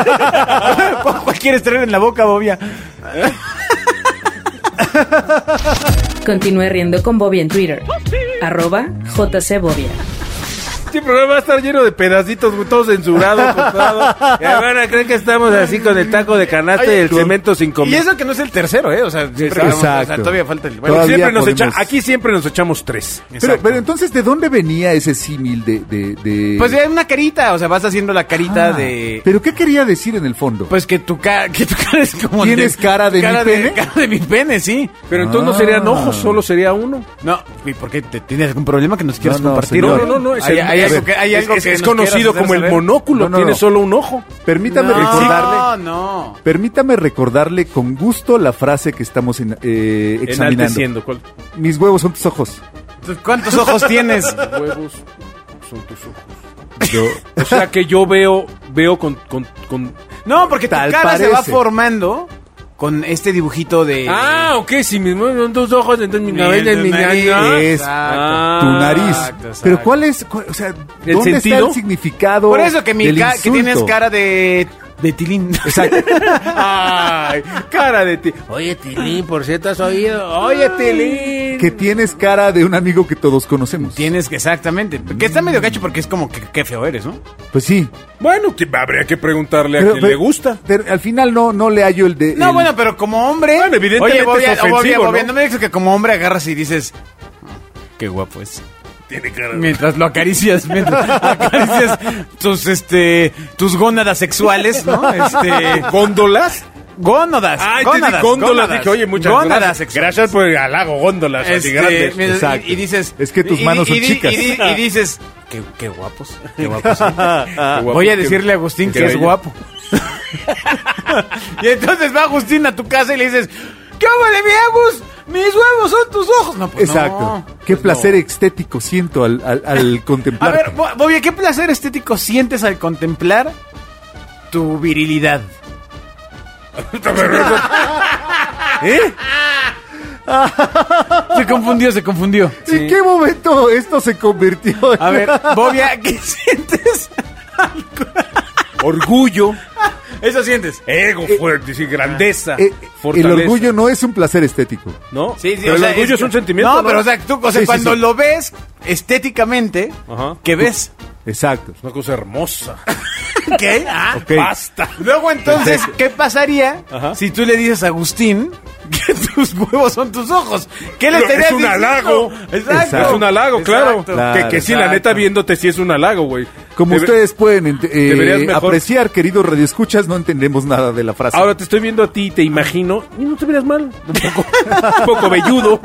Speaker 2: ¿Cuál quieres tener en la boca, bobia?
Speaker 1: Continúe riendo con Bobby en Twitter. Arroba JC Bobia.
Speaker 6: Este programa va a estar lleno de pedacitos, güey, todo censurado, cortado. Y ahora creen que estamos así con el taco de canasta y el cemento sin
Speaker 2: Y
Speaker 6: comer.
Speaker 2: eso que no es el tercero, ¿eh? O sea, siempre
Speaker 6: Exacto.
Speaker 2: vamos- o sea, todavía falta el. bueno,
Speaker 5: Todavía
Speaker 6: siempre nos echa,
Speaker 5: podemos.
Speaker 6: aquí siempre nos echamos tres.
Speaker 5: Pero, pero entonces, ¿de dónde venía ese símil de, de, de-
Speaker 2: Pues es una carita, o sea, vas haciendo la carita
Speaker 5: Ah,
Speaker 2: de.
Speaker 5: ¿Pero qué quería decir en el fondo?
Speaker 2: Pues que tu cara, que tu cara es como.
Speaker 5: ¿Tienes cara de mi pene?
Speaker 2: cara de mi pene, sí.
Speaker 6: Pero entonces no
Speaker 5: Ah.
Speaker 6: serían ojos, solo sería uno.
Speaker 2: No, ¿y por qué te, tienes algún problema que nos quieras
Speaker 5: no,
Speaker 2: compartir?
Speaker 5: señor.
Speaker 6: No, no, no, es,
Speaker 2: hay,
Speaker 6: el-
Speaker 2: hay
Speaker 6: es-
Speaker 2: algo que, hay
Speaker 6: es-
Speaker 2: algo
Speaker 6: es-
Speaker 2: que
Speaker 6: es
Speaker 2: nos
Speaker 6: conocido
Speaker 2: quieras
Speaker 6: como
Speaker 2: hacer
Speaker 6: el
Speaker 2: saber.
Speaker 6: monóculo,
Speaker 5: No, no,
Speaker 6: tiene
Speaker 5: no.
Speaker 6: solo un ojo.
Speaker 5: permítame
Speaker 2: No,
Speaker 5: recordarle.
Speaker 2: No, no.
Speaker 5: Permítame recordarle con gusto la frase que estamos en- eh, examinando.
Speaker 6: Enalteciendo, ¿cuál?
Speaker 5: Mis huevos son tus ojos.
Speaker 2: ¿Cuántos ojos tienes?
Speaker 6: Huevos son tus ojos. o sea que yo veo, veo con, con, con-
Speaker 2: No, porque tu
Speaker 5: Tal
Speaker 2: cara se va
Speaker 5: parece.
Speaker 2: formando con este dibujito de.
Speaker 6: Ah, ok, si mis huevos son tus ojos, entonces mi
Speaker 2: Mi-
Speaker 6: cabeza es
Speaker 2: tu
Speaker 6: mi
Speaker 2: nariz.
Speaker 6: nariz. Ah.
Speaker 5: Es
Speaker 2: Exacto.
Speaker 5: tu nariz.
Speaker 2: Ah, exacto, exacto.
Speaker 5: Pero ¿cuál es? cuál- o sea,
Speaker 6: ¿El
Speaker 5: ¿dónde está
Speaker 6: sentido?
Speaker 5: el significado?
Speaker 6: oh,
Speaker 2: Por eso que mi
Speaker 5: del
Speaker 2: ca- que tienes
Speaker 5: insulto?
Speaker 2: cara de. de tilín.
Speaker 5: Exacto.
Speaker 6: Ay, cara de ti.
Speaker 7: Oye, Tilín, por cierto, has oído. Oye, Tilín.
Speaker 5: que tienes cara de un amigo que todos conocemos.
Speaker 2: Tienes que, exactamente. Que está medio gacho porque es como que qué feo eres, ¿no?
Speaker 5: Pues sí.
Speaker 6: Bueno, que- habría que preguntarle a
Speaker 5: Pero-
Speaker 6: quien
Speaker 5: pero-
Speaker 6: le gusta.
Speaker 5: Pero al final no, no le hallo el de.
Speaker 2: No,
Speaker 5: el-
Speaker 2: bueno, pero como hombre.
Speaker 6: Bueno, evidentemente
Speaker 2: Oye, Bobia,
Speaker 6: es ofensivo,
Speaker 2: Bobia, Bobia,
Speaker 6: ¿no?
Speaker 2: ¿no? me digas que como hombre agarras y dices. "Ah, Qué guapo es.
Speaker 7: Tiene cara. de-
Speaker 2: Mientras lo acaricias, mientras acaricias tus, este, tus gónadas sexuales, ¿no? Este,
Speaker 6: ¿Góndolas?
Speaker 2: gónadas.
Speaker 6: Ay, te
Speaker 2: gónadas,
Speaker 6: di góndolas. Dije, oye, muchas
Speaker 2: gónadas
Speaker 6: gracias.
Speaker 2: sexuales.
Speaker 6: Gracias por el halago, góndolas. así
Speaker 2: Este,
Speaker 6: grandes.
Speaker 2: mira, y-
Speaker 5: Exacto.
Speaker 2: Y, dices...
Speaker 5: Es que tus
Speaker 2: y-
Speaker 5: manos
Speaker 2: y-
Speaker 5: son
Speaker 2: y- y-
Speaker 5: chicas.
Speaker 2: Y, y dices, qué, qué guapos, qué guapos son".
Speaker 6: Qué Ah, guapo,
Speaker 2: Voy a
Speaker 6: qué-
Speaker 2: decirle a Agustín
Speaker 6: qué
Speaker 2: que es
Speaker 6: bello.
Speaker 2: guapo. y entonces va Agustín a tu casa y le dices, ¿qué vale mi Agus? Mis huevos son tus ojos. No, pues no,
Speaker 5: Exacto. Qué
Speaker 2: pues no.
Speaker 5: placer estético siento al, al, al
Speaker 2: A
Speaker 5: contemplar.
Speaker 2: ver, Bo- Bobia, ¿qué placer estético sientes al contemplar tu virilidad?
Speaker 5: ¿Eh?
Speaker 2: Se confundió, se confundió.
Speaker 5: ¿En qué momento esto se convirtió en
Speaker 2: A ver, Bobia, ¿qué sientes?
Speaker 6: Orgullo,
Speaker 2: Eso sientes. Eh,
Speaker 6: ego fuerte, sí, grandeza,
Speaker 5: Eh, el
Speaker 6: fortaleza.
Speaker 5: orgullo no es un placer estético.
Speaker 6: ¿No?
Speaker 2: Sí, sí,
Speaker 6: pero
Speaker 2: o
Speaker 6: el
Speaker 2: sea,
Speaker 6: orgullo es,
Speaker 2: que-
Speaker 6: un sentimiento.
Speaker 2: No, pero o sea, tú, o sea,
Speaker 5: Sí, sí,
Speaker 2: cuando
Speaker 5: sí.
Speaker 2: lo ves estéticamente,
Speaker 6: Ajá.
Speaker 2: ¿qué ves?
Speaker 5: Exacto.
Speaker 6: Una cosa hermosa.
Speaker 2: ¿Qué? Ah,
Speaker 5: Ok.
Speaker 6: Basta.
Speaker 2: Luego entonces, ¿qué pasaría
Speaker 6: Ajá.
Speaker 2: si tú le dices a Agustín que tus huevos son tus ojos? ¿Qué le
Speaker 6: Lo-
Speaker 2: estarías
Speaker 6: es un
Speaker 2: diciendo?
Speaker 6: halago.
Speaker 2: Exacto.
Speaker 5: Exacto.
Speaker 6: Es un halago, claro.
Speaker 2: Exacto.
Speaker 5: Claro,
Speaker 6: Que, que sí, la
Speaker 5: exacto.
Speaker 6: neta, viéndote sí es un halago, güey.
Speaker 5: Como
Speaker 6: Te ve-
Speaker 5: ustedes pueden ent- eh,
Speaker 6: deberías mejor-
Speaker 5: apreciar, queridos radioescuchas, no entendemos nada de la frase.
Speaker 6: Ahora te estoy viendo a ti y te imagino, y no te verías mal. Un poco, un poco velludo.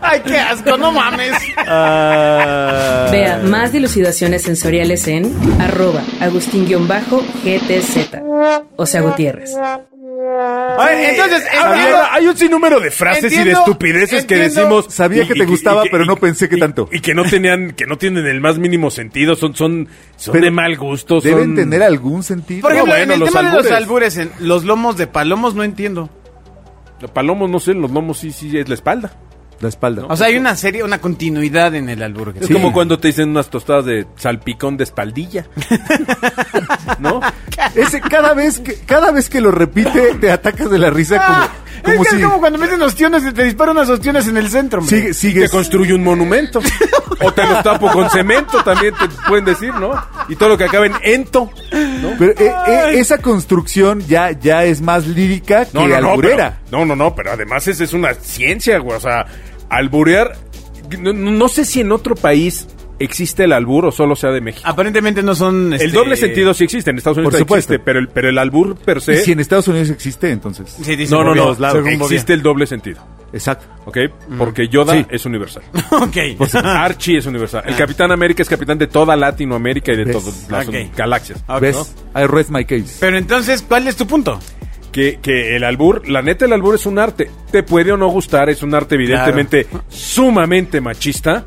Speaker 2: Ay, qué asco, no mames.
Speaker 1: Vea más dilucidaciones sensoriales en arroba agustín-gtz. O sea, Gutiérrez.
Speaker 2: A ver, entonces, entiendo-
Speaker 6: Había- hay un sinnúmero de frases y de
Speaker 2: Entiendo,
Speaker 6: estupideces que
Speaker 2: entiendo.
Speaker 6: decimos.
Speaker 5: Sabía
Speaker 6: y-
Speaker 5: que
Speaker 6: y-
Speaker 5: te
Speaker 6: y-
Speaker 5: gustaba,
Speaker 6: y-
Speaker 5: pero no
Speaker 6: y-
Speaker 5: pensé que
Speaker 6: y-
Speaker 5: tanto.
Speaker 6: Y que no tenían, que no tienen el más mínimo sentido, son, son, son
Speaker 5: Pero
Speaker 6: de mal gusto. Son...
Speaker 5: ¿Deben tener algún sentido?
Speaker 2: por ejemplo,
Speaker 6: bueno,
Speaker 2: en el
Speaker 6: los
Speaker 2: tema de los
Speaker 6: albures.
Speaker 2: albures, en los lomos de palomos no entiendo.
Speaker 6: Los palomos, no sé, los lomos sí, sí, es la espalda.
Speaker 5: La espalda.
Speaker 2: O sea, hay una serie, una continuidad en el albur.
Speaker 6: Es como cuando te dicen unas tostadas de salpicón de espaldilla. ¿No?
Speaker 5: Ese, cada, vez que, cada vez que lo repite, te atacas de la risa como, como
Speaker 2: Ah, es que
Speaker 5: si
Speaker 2: es como cuando meten ostiones, te disparan unas ostiones en el centro. hombre.
Speaker 5: sigue-
Speaker 6: Te
Speaker 5: sigues...
Speaker 6: construye un monumento. O te lo tapo con cemento, también te pueden decir, ¿no? Y todo lo que acaba en ento. ¿no?
Speaker 5: Pero eh, eh, esa construcción ya, ya es más lírica que
Speaker 6: No, no, no,
Speaker 5: alburera.
Speaker 6: pero- no, no, no, pero además es, es una ciencia, güey. O sea, alburear. No, no- no sé si en otro país existe el albur o solo sea de México.
Speaker 2: Aparentemente no son... este,
Speaker 6: El doble sentido sí existe, en Estados Unidos
Speaker 5: Ah, este, Por supuesto.
Speaker 6: existe, pero el, pero el albur per
Speaker 5: Y
Speaker 6: se.
Speaker 5: si en Estados Unidos existe, entonces.
Speaker 6: no, no, no,
Speaker 2: según Bobia.
Speaker 6: existe el doble sentido.
Speaker 5: Exacto.
Speaker 6: ¿Ok? Porque Yoda
Speaker 5: Sí.
Speaker 6: es universal.
Speaker 2: Ok.
Speaker 6: Archie es universal. El Capitán América es capitán de toda Latinoamérica y de
Speaker 5: ¿Ves?
Speaker 6: todas las
Speaker 2: Ok.
Speaker 6: galaxias.
Speaker 2: Ok.
Speaker 5: ¿Ves? I rest my case.
Speaker 2: Pero entonces, ¿cuál es tu punto?
Speaker 6: Que, que el albur, la neta, el albur es un arte. Te puede o no gustar, es un arte evidentemente sumamente machista.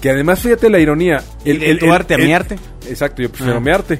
Speaker 6: Que además, fíjate la ironía.
Speaker 2: Y de tu arte a mi arte. Ah.
Speaker 6: Exacto, yo prefiero mi arte.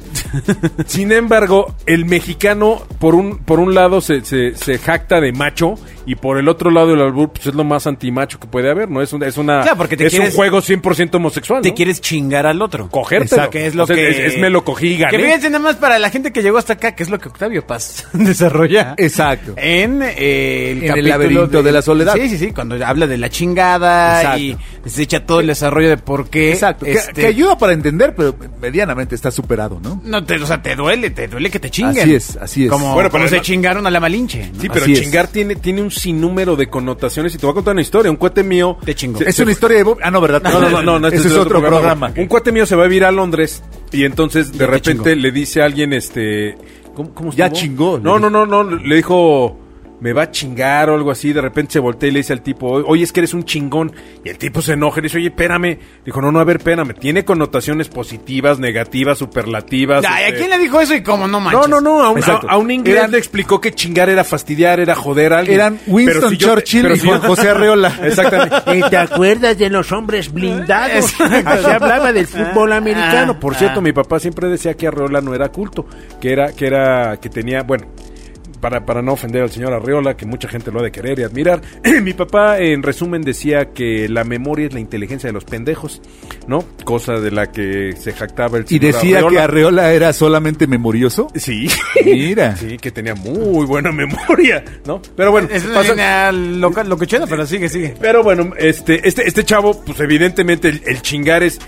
Speaker 6: Sin embargo, el mexicano, por un, por un lado, se, se- se jacta de macho. Y por el otro lado, el albur pues, es lo más antimacho que puede haber, ¿no? Es, un, es, una,
Speaker 2: Claro, porque te
Speaker 6: es
Speaker 2: quieres-
Speaker 6: un juego 100% homosexual.
Speaker 2: Te
Speaker 6: ¿no?
Speaker 2: quieres chingar al otro.
Speaker 6: Cogértelo.
Speaker 2: Que es lo
Speaker 6: O sea,
Speaker 2: que...
Speaker 6: es- es me lo cogí y gané.
Speaker 2: Que fíjense nada más para la gente que llegó hasta acá, que es lo que Octavio Paz desarrolla.
Speaker 5: Exacto.
Speaker 2: En eh, el
Speaker 5: En el
Speaker 2: capítulo
Speaker 5: laberinto de la soledad.
Speaker 2: Sí, sí, sí, cuando habla de la chingada
Speaker 5: Exacto.
Speaker 2: y se echa todo el desarrollo de por qué.
Speaker 5: Exacto. Que-
Speaker 2: este,
Speaker 5: Que, ayuda para entender, pero medianamente está superado, ¿no?
Speaker 2: No te, o sea, te duele, te duele que te chinguen.
Speaker 5: Así es, así es.
Speaker 2: Como,
Speaker 6: Bueno,
Speaker 2: bueno,
Speaker 6: pero
Speaker 2: se
Speaker 6: además-
Speaker 2: chingaron a la Malinche. ¿no?
Speaker 6: Sí, pero
Speaker 5: Así es.
Speaker 6: chingar tiene, tiene un sinnúmero de connotaciones y te voy a contar una historia. Un cuate mío.
Speaker 2: Te chingó.
Speaker 6: se-
Speaker 5: es
Speaker 6: se
Speaker 5: una
Speaker 6: fue-
Speaker 5: historia de Bob. Ah, no, ¿verdad?
Speaker 6: No, no, no, no, no, este
Speaker 5: Ese es otro programa.
Speaker 6: Un cuate mío se va a vivir a Londres y entonces de
Speaker 2: te
Speaker 6: repente
Speaker 2: chingó.
Speaker 6: le dice a alguien, este. ¿Cómo, cómo
Speaker 5: Ya
Speaker 6: estuvo?
Speaker 5: chingó.
Speaker 6: No, no, no, no, le dijo. Me va a chingar o algo así. De repente se voltea y le dice al tipo, oye, es que eres un chingón. Y el tipo se enoja y le dice, oye, espérame. Dijo, no, no, a ver, espérame. Tiene connotaciones positivas, negativas, superlativas.
Speaker 2: Ay, ¿a
Speaker 6: este,
Speaker 2: quién le dijo eso y cómo no manches?
Speaker 6: no, no, no, a un,
Speaker 5: Exacto.
Speaker 6: a- a un inglés
Speaker 5: Eran-
Speaker 6: le explicó que chingar era fastidiar, era joder a alguien.
Speaker 5: Eran Winston
Speaker 6: Pero si yo-
Speaker 5: Churchill
Speaker 6: pero
Speaker 5: y
Speaker 6: si yo-
Speaker 5: Juan José Arreola.
Speaker 6: Exactamente.
Speaker 7: Eh, ¿Te acuerdas de los hombres blindados?
Speaker 2: Exacto.
Speaker 7: Así hablaba del fútbol
Speaker 2: Ah,
Speaker 6: Americano,
Speaker 7: americano.
Speaker 6: por cierto, mi papá siempre decía que Arreola no era culto, que era, que era, que tenía, bueno, para, para no ofender al señor Arreola, que mucha gente lo ha de querer y admirar, mi papá en resumen decía que la memoria es la inteligencia de los pendejos, ¿no? Cosa de la que se jactaba el
Speaker 5: Y
Speaker 6: señor
Speaker 5: decía que Arreola era solamente memorioso.
Speaker 6: Sí.
Speaker 5: Mira.
Speaker 6: Sí, que tenía muy buena memoria, ¿no? Pero bueno,
Speaker 2: Es una
Speaker 6: pasa-
Speaker 2: línea loca, locochona, pero sigue, sigue.
Speaker 6: pero bueno, este, este, este chavo, pues evidentemente el, el chingar es.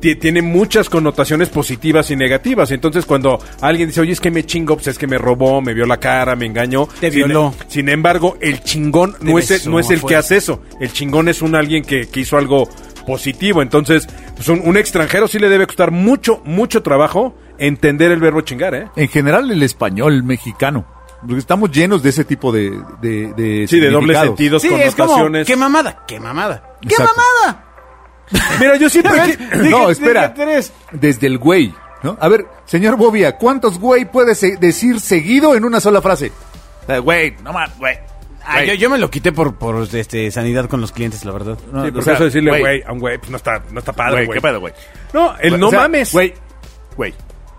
Speaker 6: ti- Tiene muchas connotaciones positivas y negativas. Entonces, cuando alguien dice, oye, es que me chingo, pues es que me robó, me vio la cara, me engañó.
Speaker 2: Te
Speaker 6: Sin-
Speaker 2: violó.
Speaker 6: Sin, embargo, el chingón no es, el-
Speaker 2: besó
Speaker 6: no es el que
Speaker 2: afuera.
Speaker 6: hace eso. El chingón es un alguien que, que hizo algo positivo. Entonces, pues, un, un extranjero sí le debe costar mucho, mucho trabajo entender el verbo chingar, ¿eh?
Speaker 5: En general el español mexicano. Porque estamos llenos de ese tipo de... de, de
Speaker 6: Sí, de dobles
Speaker 5: significados.
Speaker 6: sentidos,
Speaker 2: Sí, es como,
Speaker 6: connotaciones.
Speaker 2: qué mamada, qué mamada. ¡Qué
Speaker 5: Exacto.
Speaker 2: mamada!
Speaker 6: Mira, yo siempre...
Speaker 2: ¿Ves?
Speaker 6: que-
Speaker 2: Dije-
Speaker 5: no,
Speaker 2: dije
Speaker 5: espera.
Speaker 2: tres.
Speaker 5: Desde el güey. ¿no? A ver, señor Bobia, ¿cuántos güey puede se- decir seguido en una sola frase? O sea, Güey, no más, güey.
Speaker 2: Ah, yo, yo me lo quité por, por este, sanidad con los clientes, la verdad.
Speaker 5: No,
Speaker 6: Sí,
Speaker 5: o
Speaker 6: porque
Speaker 5: sea,
Speaker 6: eso de decirle güey a un güey, pues no está, no está padre,
Speaker 5: Güey, ¿qué
Speaker 6: güey.
Speaker 5: pedo, güey?
Speaker 6: No, el no
Speaker 5: O sea,
Speaker 6: mames.
Speaker 5: Güey, güey.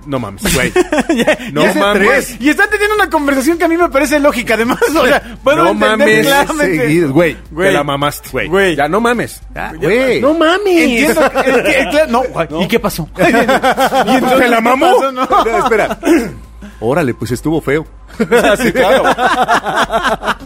Speaker 6: No mames, güey.
Speaker 5: ya
Speaker 6: no
Speaker 5: es el
Speaker 6: mames.
Speaker 5: tres.
Speaker 2: Y están teniendo una conversación que a mí me parece lógica, además. O sea, puedo
Speaker 6: No
Speaker 2: entender
Speaker 6: mames.
Speaker 2: claramente. Ah,
Speaker 5: Seguido, güey.
Speaker 6: Te la mamaste, güey.
Speaker 2: Güey.
Speaker 6: Ya no mames.
Speaker 5: Ya, Güey.
Speaker 7: No mames.
Speaker 2: Entiendo. que- es que- es cla- no, güey, ¿y qué pasó?
Speaker 6: ¿Y entonces la mamó?
Speaker 2: pasó, no?
Speaker 5: No, ¡Uh! espera. Órale, pues estuvo feo.
Speaker 6: Sí, claro.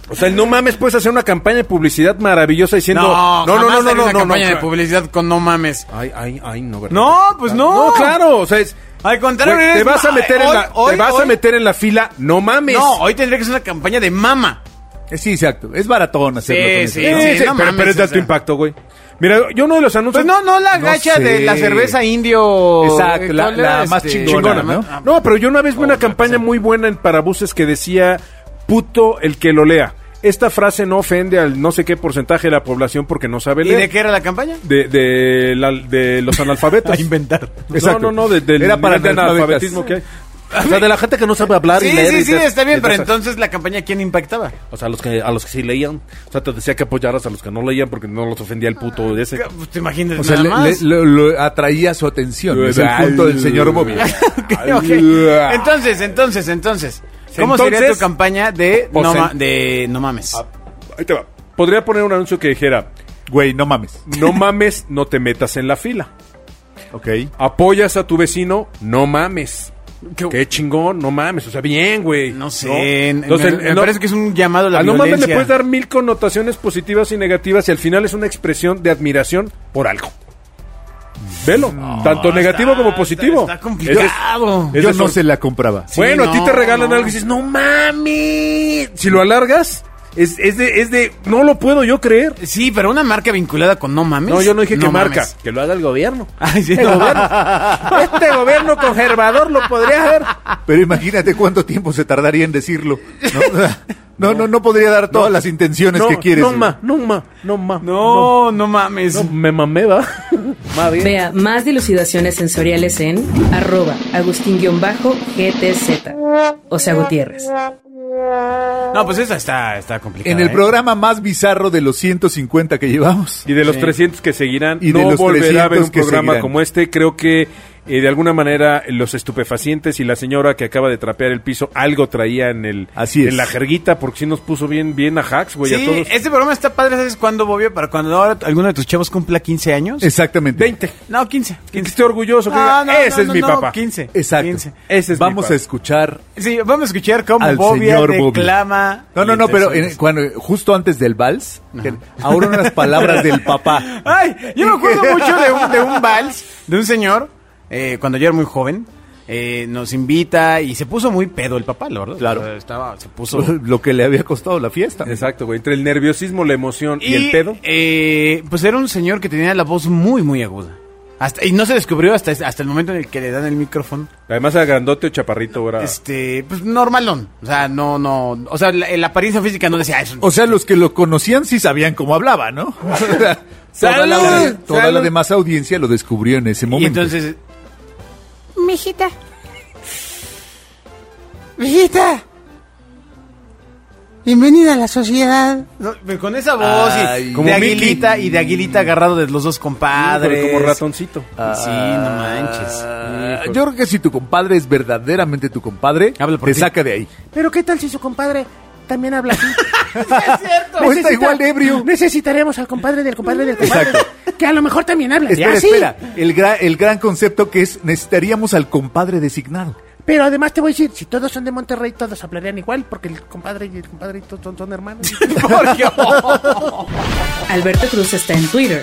Speaker 6: O sea, el no mames puedes hacer una campaña de publicidad maravillosa diciendo
Speaker 2: No, no, no, no, no, no, campaña de
Speaker 6: claro.
Speaker 2: publicidad con no mames.
Speaker 6: Ay, ay, ay, no, ¿verdad?
Speaker 2: No, pues no.
Speaker 6: No, claro, o sea, es
Speaker 2: Al contrario,
Speaker 6: Güey, te
Speaker 2: eres
Speaker 6: vas a
Speaker 2: ma-
Speaker 6: meter en
Speaker 2: hoy-
Speaker 6: la
Speaker 2: hoy-
Speaker 6: te vas a
Speaker 2: hoy-
Speaker 6: meter en la fila, no mames.
Speaker 2: No, hoy tendría que ser una campaña de mama.
Speaker 5: Eh, Sí, exacto. Es baratón hacerlo.
Speaker 2: Sí,
Speaker 5: con eso.
Speaker 2: sí,
Speaker 6: Sí, sí,
Speaker 2: no
Speaker 6: pero,
Speaker 2: mames,
Speaker 6: pero es de
Speaker 2: o
Speaker 6: alto
Speaker 2: sea.
Speaker 6: impacto, güey. Mira, yo uno de los anuncios
Speaker 2: Pues no, no la
Speaker 5: No
Speaker 2: gacha de
Speaker 5: sé.
Speaker 2: la cerveza indio.
Speaker 5: Exacto, la-
Speaker 2: ¿cuál
Speaker 5: la
Speaker 2: era?
Speaker 5: más chingona,
Speaker 2: la más-
Speaker 5: ¿no?
Speaker 2: ah,
Speaker 6: No, pero yo una vez vi una campaña muy buena en parabuses que decía puto el que lo lea. Esta frase no ofende al no sé qué porcentaje de la población porque no sabe
Speaker 2: ¿Y
Speaker 6: leer.
Speaker 2: de qué era la campaña?
Speaker 6: De, de la- de los analfabetos.
Speaker 2: inventar.
Speaker 6: No, no, no, de- del
Speaker 5: Era para
Speaker 6: nivel de
Speaker 5: analfabetas.
Speaker 6: analfabetismo que hay.
Speaker 7: O sea, de la gente que no sabe hablar
Speaker 2: Sí,
Speaker 7: y leer.
Speaker 2: sí,
Speaker 7: y
Speaker 2: sí,
Speaker 7: de-
Speaker 2: está bien,
Speaker 7: de-
Speaker 2: pero
Speaker 7: de-
Speaker 2: entonces la campaña, ¿quién impactaba?
Speaker 7: O sea, a los, que, a los que sí leían. O sea, te decía que apoyaras a los que no leían porque no los ofendía el puto de ese.
Speaker 2: Pues Te imaginas
Speaker 5: O sea,
Speaker 2: nada
Speaker 5: le-
Speaker 2: más.
Speaker 5: le- lo, lo atraía su atención. Es el punto del señor Bobia.
Speaker 2: Ok, ok. Entonces, entonces, entonces. ¿Cómo sería
Speaker 6: Entonces,
Speaker 2: tu campaña de
Speaker 6: pues
Speaker 2: no, ma-
Speaker 6: en-
Speaker 2: de no mames?
Speaker 6: ah, Ahí te va. Podría poner un anuncio que dijera,
Speaker 5: Güey, no mames.
Speaker 6: no mames, no te metas en la fila.
Speaker 5: Ok.
Speaker 6: Apoyas a tu vecino, no mames.
Speaker 2: ¿Qué-
Speaker 6: Qué, chingón, no mames. O sea, bien, güey.
Speaker 2: No sé. en-
Speaker 6: Entonces,
Speaker 2: me, me
Speaker 6: el- no-
Speaker 2: parece que es un llamado a la
Speaker 6: Al no
Speaker 2: violencia.
Speaker 6: mames le puedes dar mil connotaciones positivas y negativas y al final es una expresión de admiración por algo. Velo, tanto negativo como positivo.
Speaker 2: Ah, está complicado.
Speaker 6: Es de-
Speaker 5: Yo
Speaker 6: es de
Speaker 5: no
Speaker 6: sor-
Speaker 5: se la compraba.
Speaker 6: bueno,
Speaker 2: Sí,
Speaker 6: a ti
Speaker 2: no,
Speaker 6: te regalan
Speaker 2: no.
Speaker 6: algo y dices, no mames. Si lo alargas, es, es de, es de, no lo puedo yo creer.
Speaker 2: Sí, pero una marca vinculada con no mames.
Speaker 6: No, yo no dije que marca.
Speaker 2: mames.
Speaker 7: Que lo haga el gobierno.
Speaker 2: Ay, sí,
Speaker 6: Este
Speaker 2: no.
Speaker 6: gobierno, este gobierno conservador lo podría haber.
Speaker 5: Pero imagínate cuánto tiempo se tardaría en decirlo. No, no, no, no podría dar todas las intenciones
Speaker 6: No,
Speaker 5: que quieres.
Speaker 6: no
Speaker 5: güey.
Speaker 6: ma, no ma, no ma.
Speaker 2: No, no mames.
Speaker 6: no, me mamé, va. Más bien.
Speaker 1: Vea más dilucidaciones sensoriales en arroba agustín-gtz. O sea, Gutiérrez.
Speaker 2: No, pues esa está, está complicada.
Speaker 5: En el
Speaker 2: ¿eh?
Speaker 5: programa más bizarro de los 150 que llevamos.
Speaker 6: Y de los 300 que seguirán,
Speaker 5: Y de
Speaker 6: no
Speaker 5: los
Speaker 6: volverá a ver
Speaker 5: 300
Speaker 6: un
Speaker 5: que
Speaker 6: programa
Speaker 5: seguirán.
Speaker 6: como este. Creo que eh, de alguna manera los estupefacientes y la señora que acaba de trapear el piso algo traía en el
Speaker 5: Así es.
Speaker 6: en la jerguita porque sí nos puso bien bien a hacks, güey, a
Speaker 2: Sí,
Speaker 6: todos.
Speaker 2: este programa está padre, ¿sabes cuándo, Bobio? Para cuando ahora alguno de tus chavos cumpla 15 años.
Speaker 5: Exactamente.
Speaker 6: 20.
Speaker 2: No, 15.
Speaker 6: Que
Speaker 2: 15.
Speaker 6: esté orgulloso. que diga, "Eh". Ese es mi papá.
Speaker 2: 15.
Speaker 5: Exacto.
Speaker 2: 15.
Speaker 6: Ese es mi
Speaker 5: Vamos
Speaker 6: papá.
Speaker 5: a escuchar
Speaker 2: Sí, vamos a escuchar cómo
Speaker 5: al
Speaker 2: Bobia
Speaker 5: señor Bobby.
Speaker 2: declama.
Speaker 5: No, no,
Speaker 2: y
Speaker 5: no,
Speaker 2: te
Speaker 5: pero
Speaker 2: sueltas.
Speaker 5: en- cuando, justo antes del vals, que- ahora unas palabras del papá.
Speaker 2: Ay, yo me acuerdo mucho de un, de un vals, de un señor, eh, cuando yo era muy joven, eh, nos invita y se puso muy pedo el papá, la verdad.
Speaker 5: Claro.
Speaker 2: O sea, estaba, se puso...
Speaker 5: Lo que le había costado la fiesta.
Speaker 6: Exacto, güey, entre el nerviosismo, la emoción y, el pedo.
Speaker 2: eh, pues era un señor que tenía la voz muy, muy aguda. Hasta, y no se descubrió hasta, hasta el momento en el que le dan el micrófono.
Speaker 6: Además era grandote o chaparrito ahora.
Speaker 2: Este, pues normalón. O sea, no, no. O sea, la, la apariencia física no decía "Ah, es un
Speaker 5: O sea, los que lo conocían sí sabían cómo hablaba, ¿no? toda la,
Speaker 2: ¡Salud!
Speaker 5: toda
Speaker 2: ¡Salud!
Speaker 5: la demás audiencia lo descubrió en ese
Speaker 2: Y
Speaker 5: momento.
Speaker 2: entonces,
Speaker 8: Mijita,
Speaker 2: Mijita,
Speaker 8: bienvenida a la sociedad.
Speaker 2: No, pero con esa voz
Speaker 5: Ay.
Speaker 2: y
Speaker 5: Como
Speaker 2: de
Speaker 5: Mickey.
Speaker 2: aguilita y de aguilita agarrado de los dos compadres. Ah.
Speaker 6: Como ratoncito.
Speaker 2: Sí, no manches.
Speaker 5: Ah, Yo creo que si tu compadre es verdaderamente tu compadre,
Speaker 2: Habla por
Speaker 5: te
Speaker 2: ti.
Speaker 5: saca de ahí.
Speaker 7: Pero ¿qué tal si su compadre también habla así?
Speaker 2: es cierto.
Speaker 5: O está igual de ebrio.
Speaker 7: Necesitaremos al compadre del compadre del compadre.
Speaker 5: Exacto.
Speaker 7: Que a lo mejor también habla. Ah,
Speaker 5: Espera,
Speaker 7: así.
Speaker 5: espera. El, gra- el gran concepto que es necesitaríamos al compadre designado.
Speaker 7: Pero además te voy a decir, si todos son de Monterrey, todos hablarían igual, porque el compadre y el compadre son, son hermanos.
Speaker 1: Alberto Cruz está en Twitter.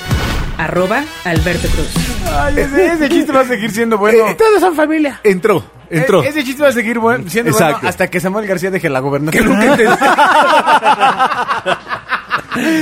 Speaker 1: Arroba Alberto Cruz.
Speaker 2: Ay, ese, ese chiste va a seguir siendo bueno.
Speaker 5: Eh,
Speaker 7: todos son familia.
Speaker 5: Entró, entró.
Speaker 2: E- Ese chiste va a seguir buen- siendo
Speaker 5: Exacto.
Speaker 2: bueno hasta que Samuel García deje la gobernación.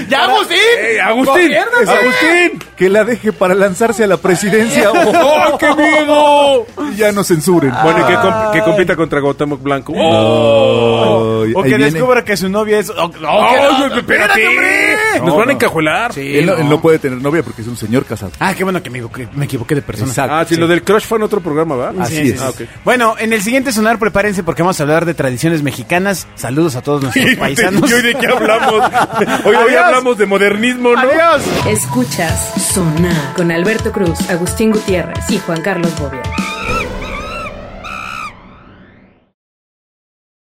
Speaker 2: ¡Ya, Agustín!
Speaker 6: ¡Ey, Agustín!
Speaker 2: ¡Gobiérnate!
Speaker 6: ¡Agustín!
Speaker 5: Que la deje para lanzarse a la presidencia o
Speaker 6: ¡Oh, qué miedo!
Speaker 5: y ya no censuren.
Speaker 6: Bueno, y que, comp- que compita contra Cuauhtémoc Blanco.
Speaker 5: Oh,
Speaker 2: O
Speaker 5: ahí
Speaker 2: que
Speaker 5: viene.
Speaker 2: descubra que su novia es. ¡Oh, no,
Speaker 6: ¡Oh,
Speaker 2: que no!
Speaker 6: no, espérate!
Speaker 2: hombre!
Speaker 6: ¡Nos van a encajuelar!
Speaker 2: Sí,
Speaker 5: Él no,
Speaker 2: no.
Speaker 5: él no puede tener novia porque es un señor casado.
Speaker 2: Ah, qué bueno que me equivoqué, me equivoqué de persona. Ah,
Speaker 5: Exacto.
Speaker 6: Ah, sí, lo del crush fue en otro programa, Ah, ¿verdad?
Speaker 5: Así
Speaker 2: Sí, sí,
Speaker 5: es.
Speaker 2: sí. Bueno, en el siguiente sonar prepárense porque vamos a hablar de tradiciones mexicanas. Saludos a todos nuestros paisanos.
Speaker 6: ¿Y hoy de qué hablamos? Hoy, hoy
Speaker 2: Adiós.
Speaker 6: hablamos de modernismo, ¿no?
Speaker 2: Adiós.
Speaker 1: Escuchas Sonar con Alberto Cruz, Agustín Gutiérrez y Juan Carlos Bobia.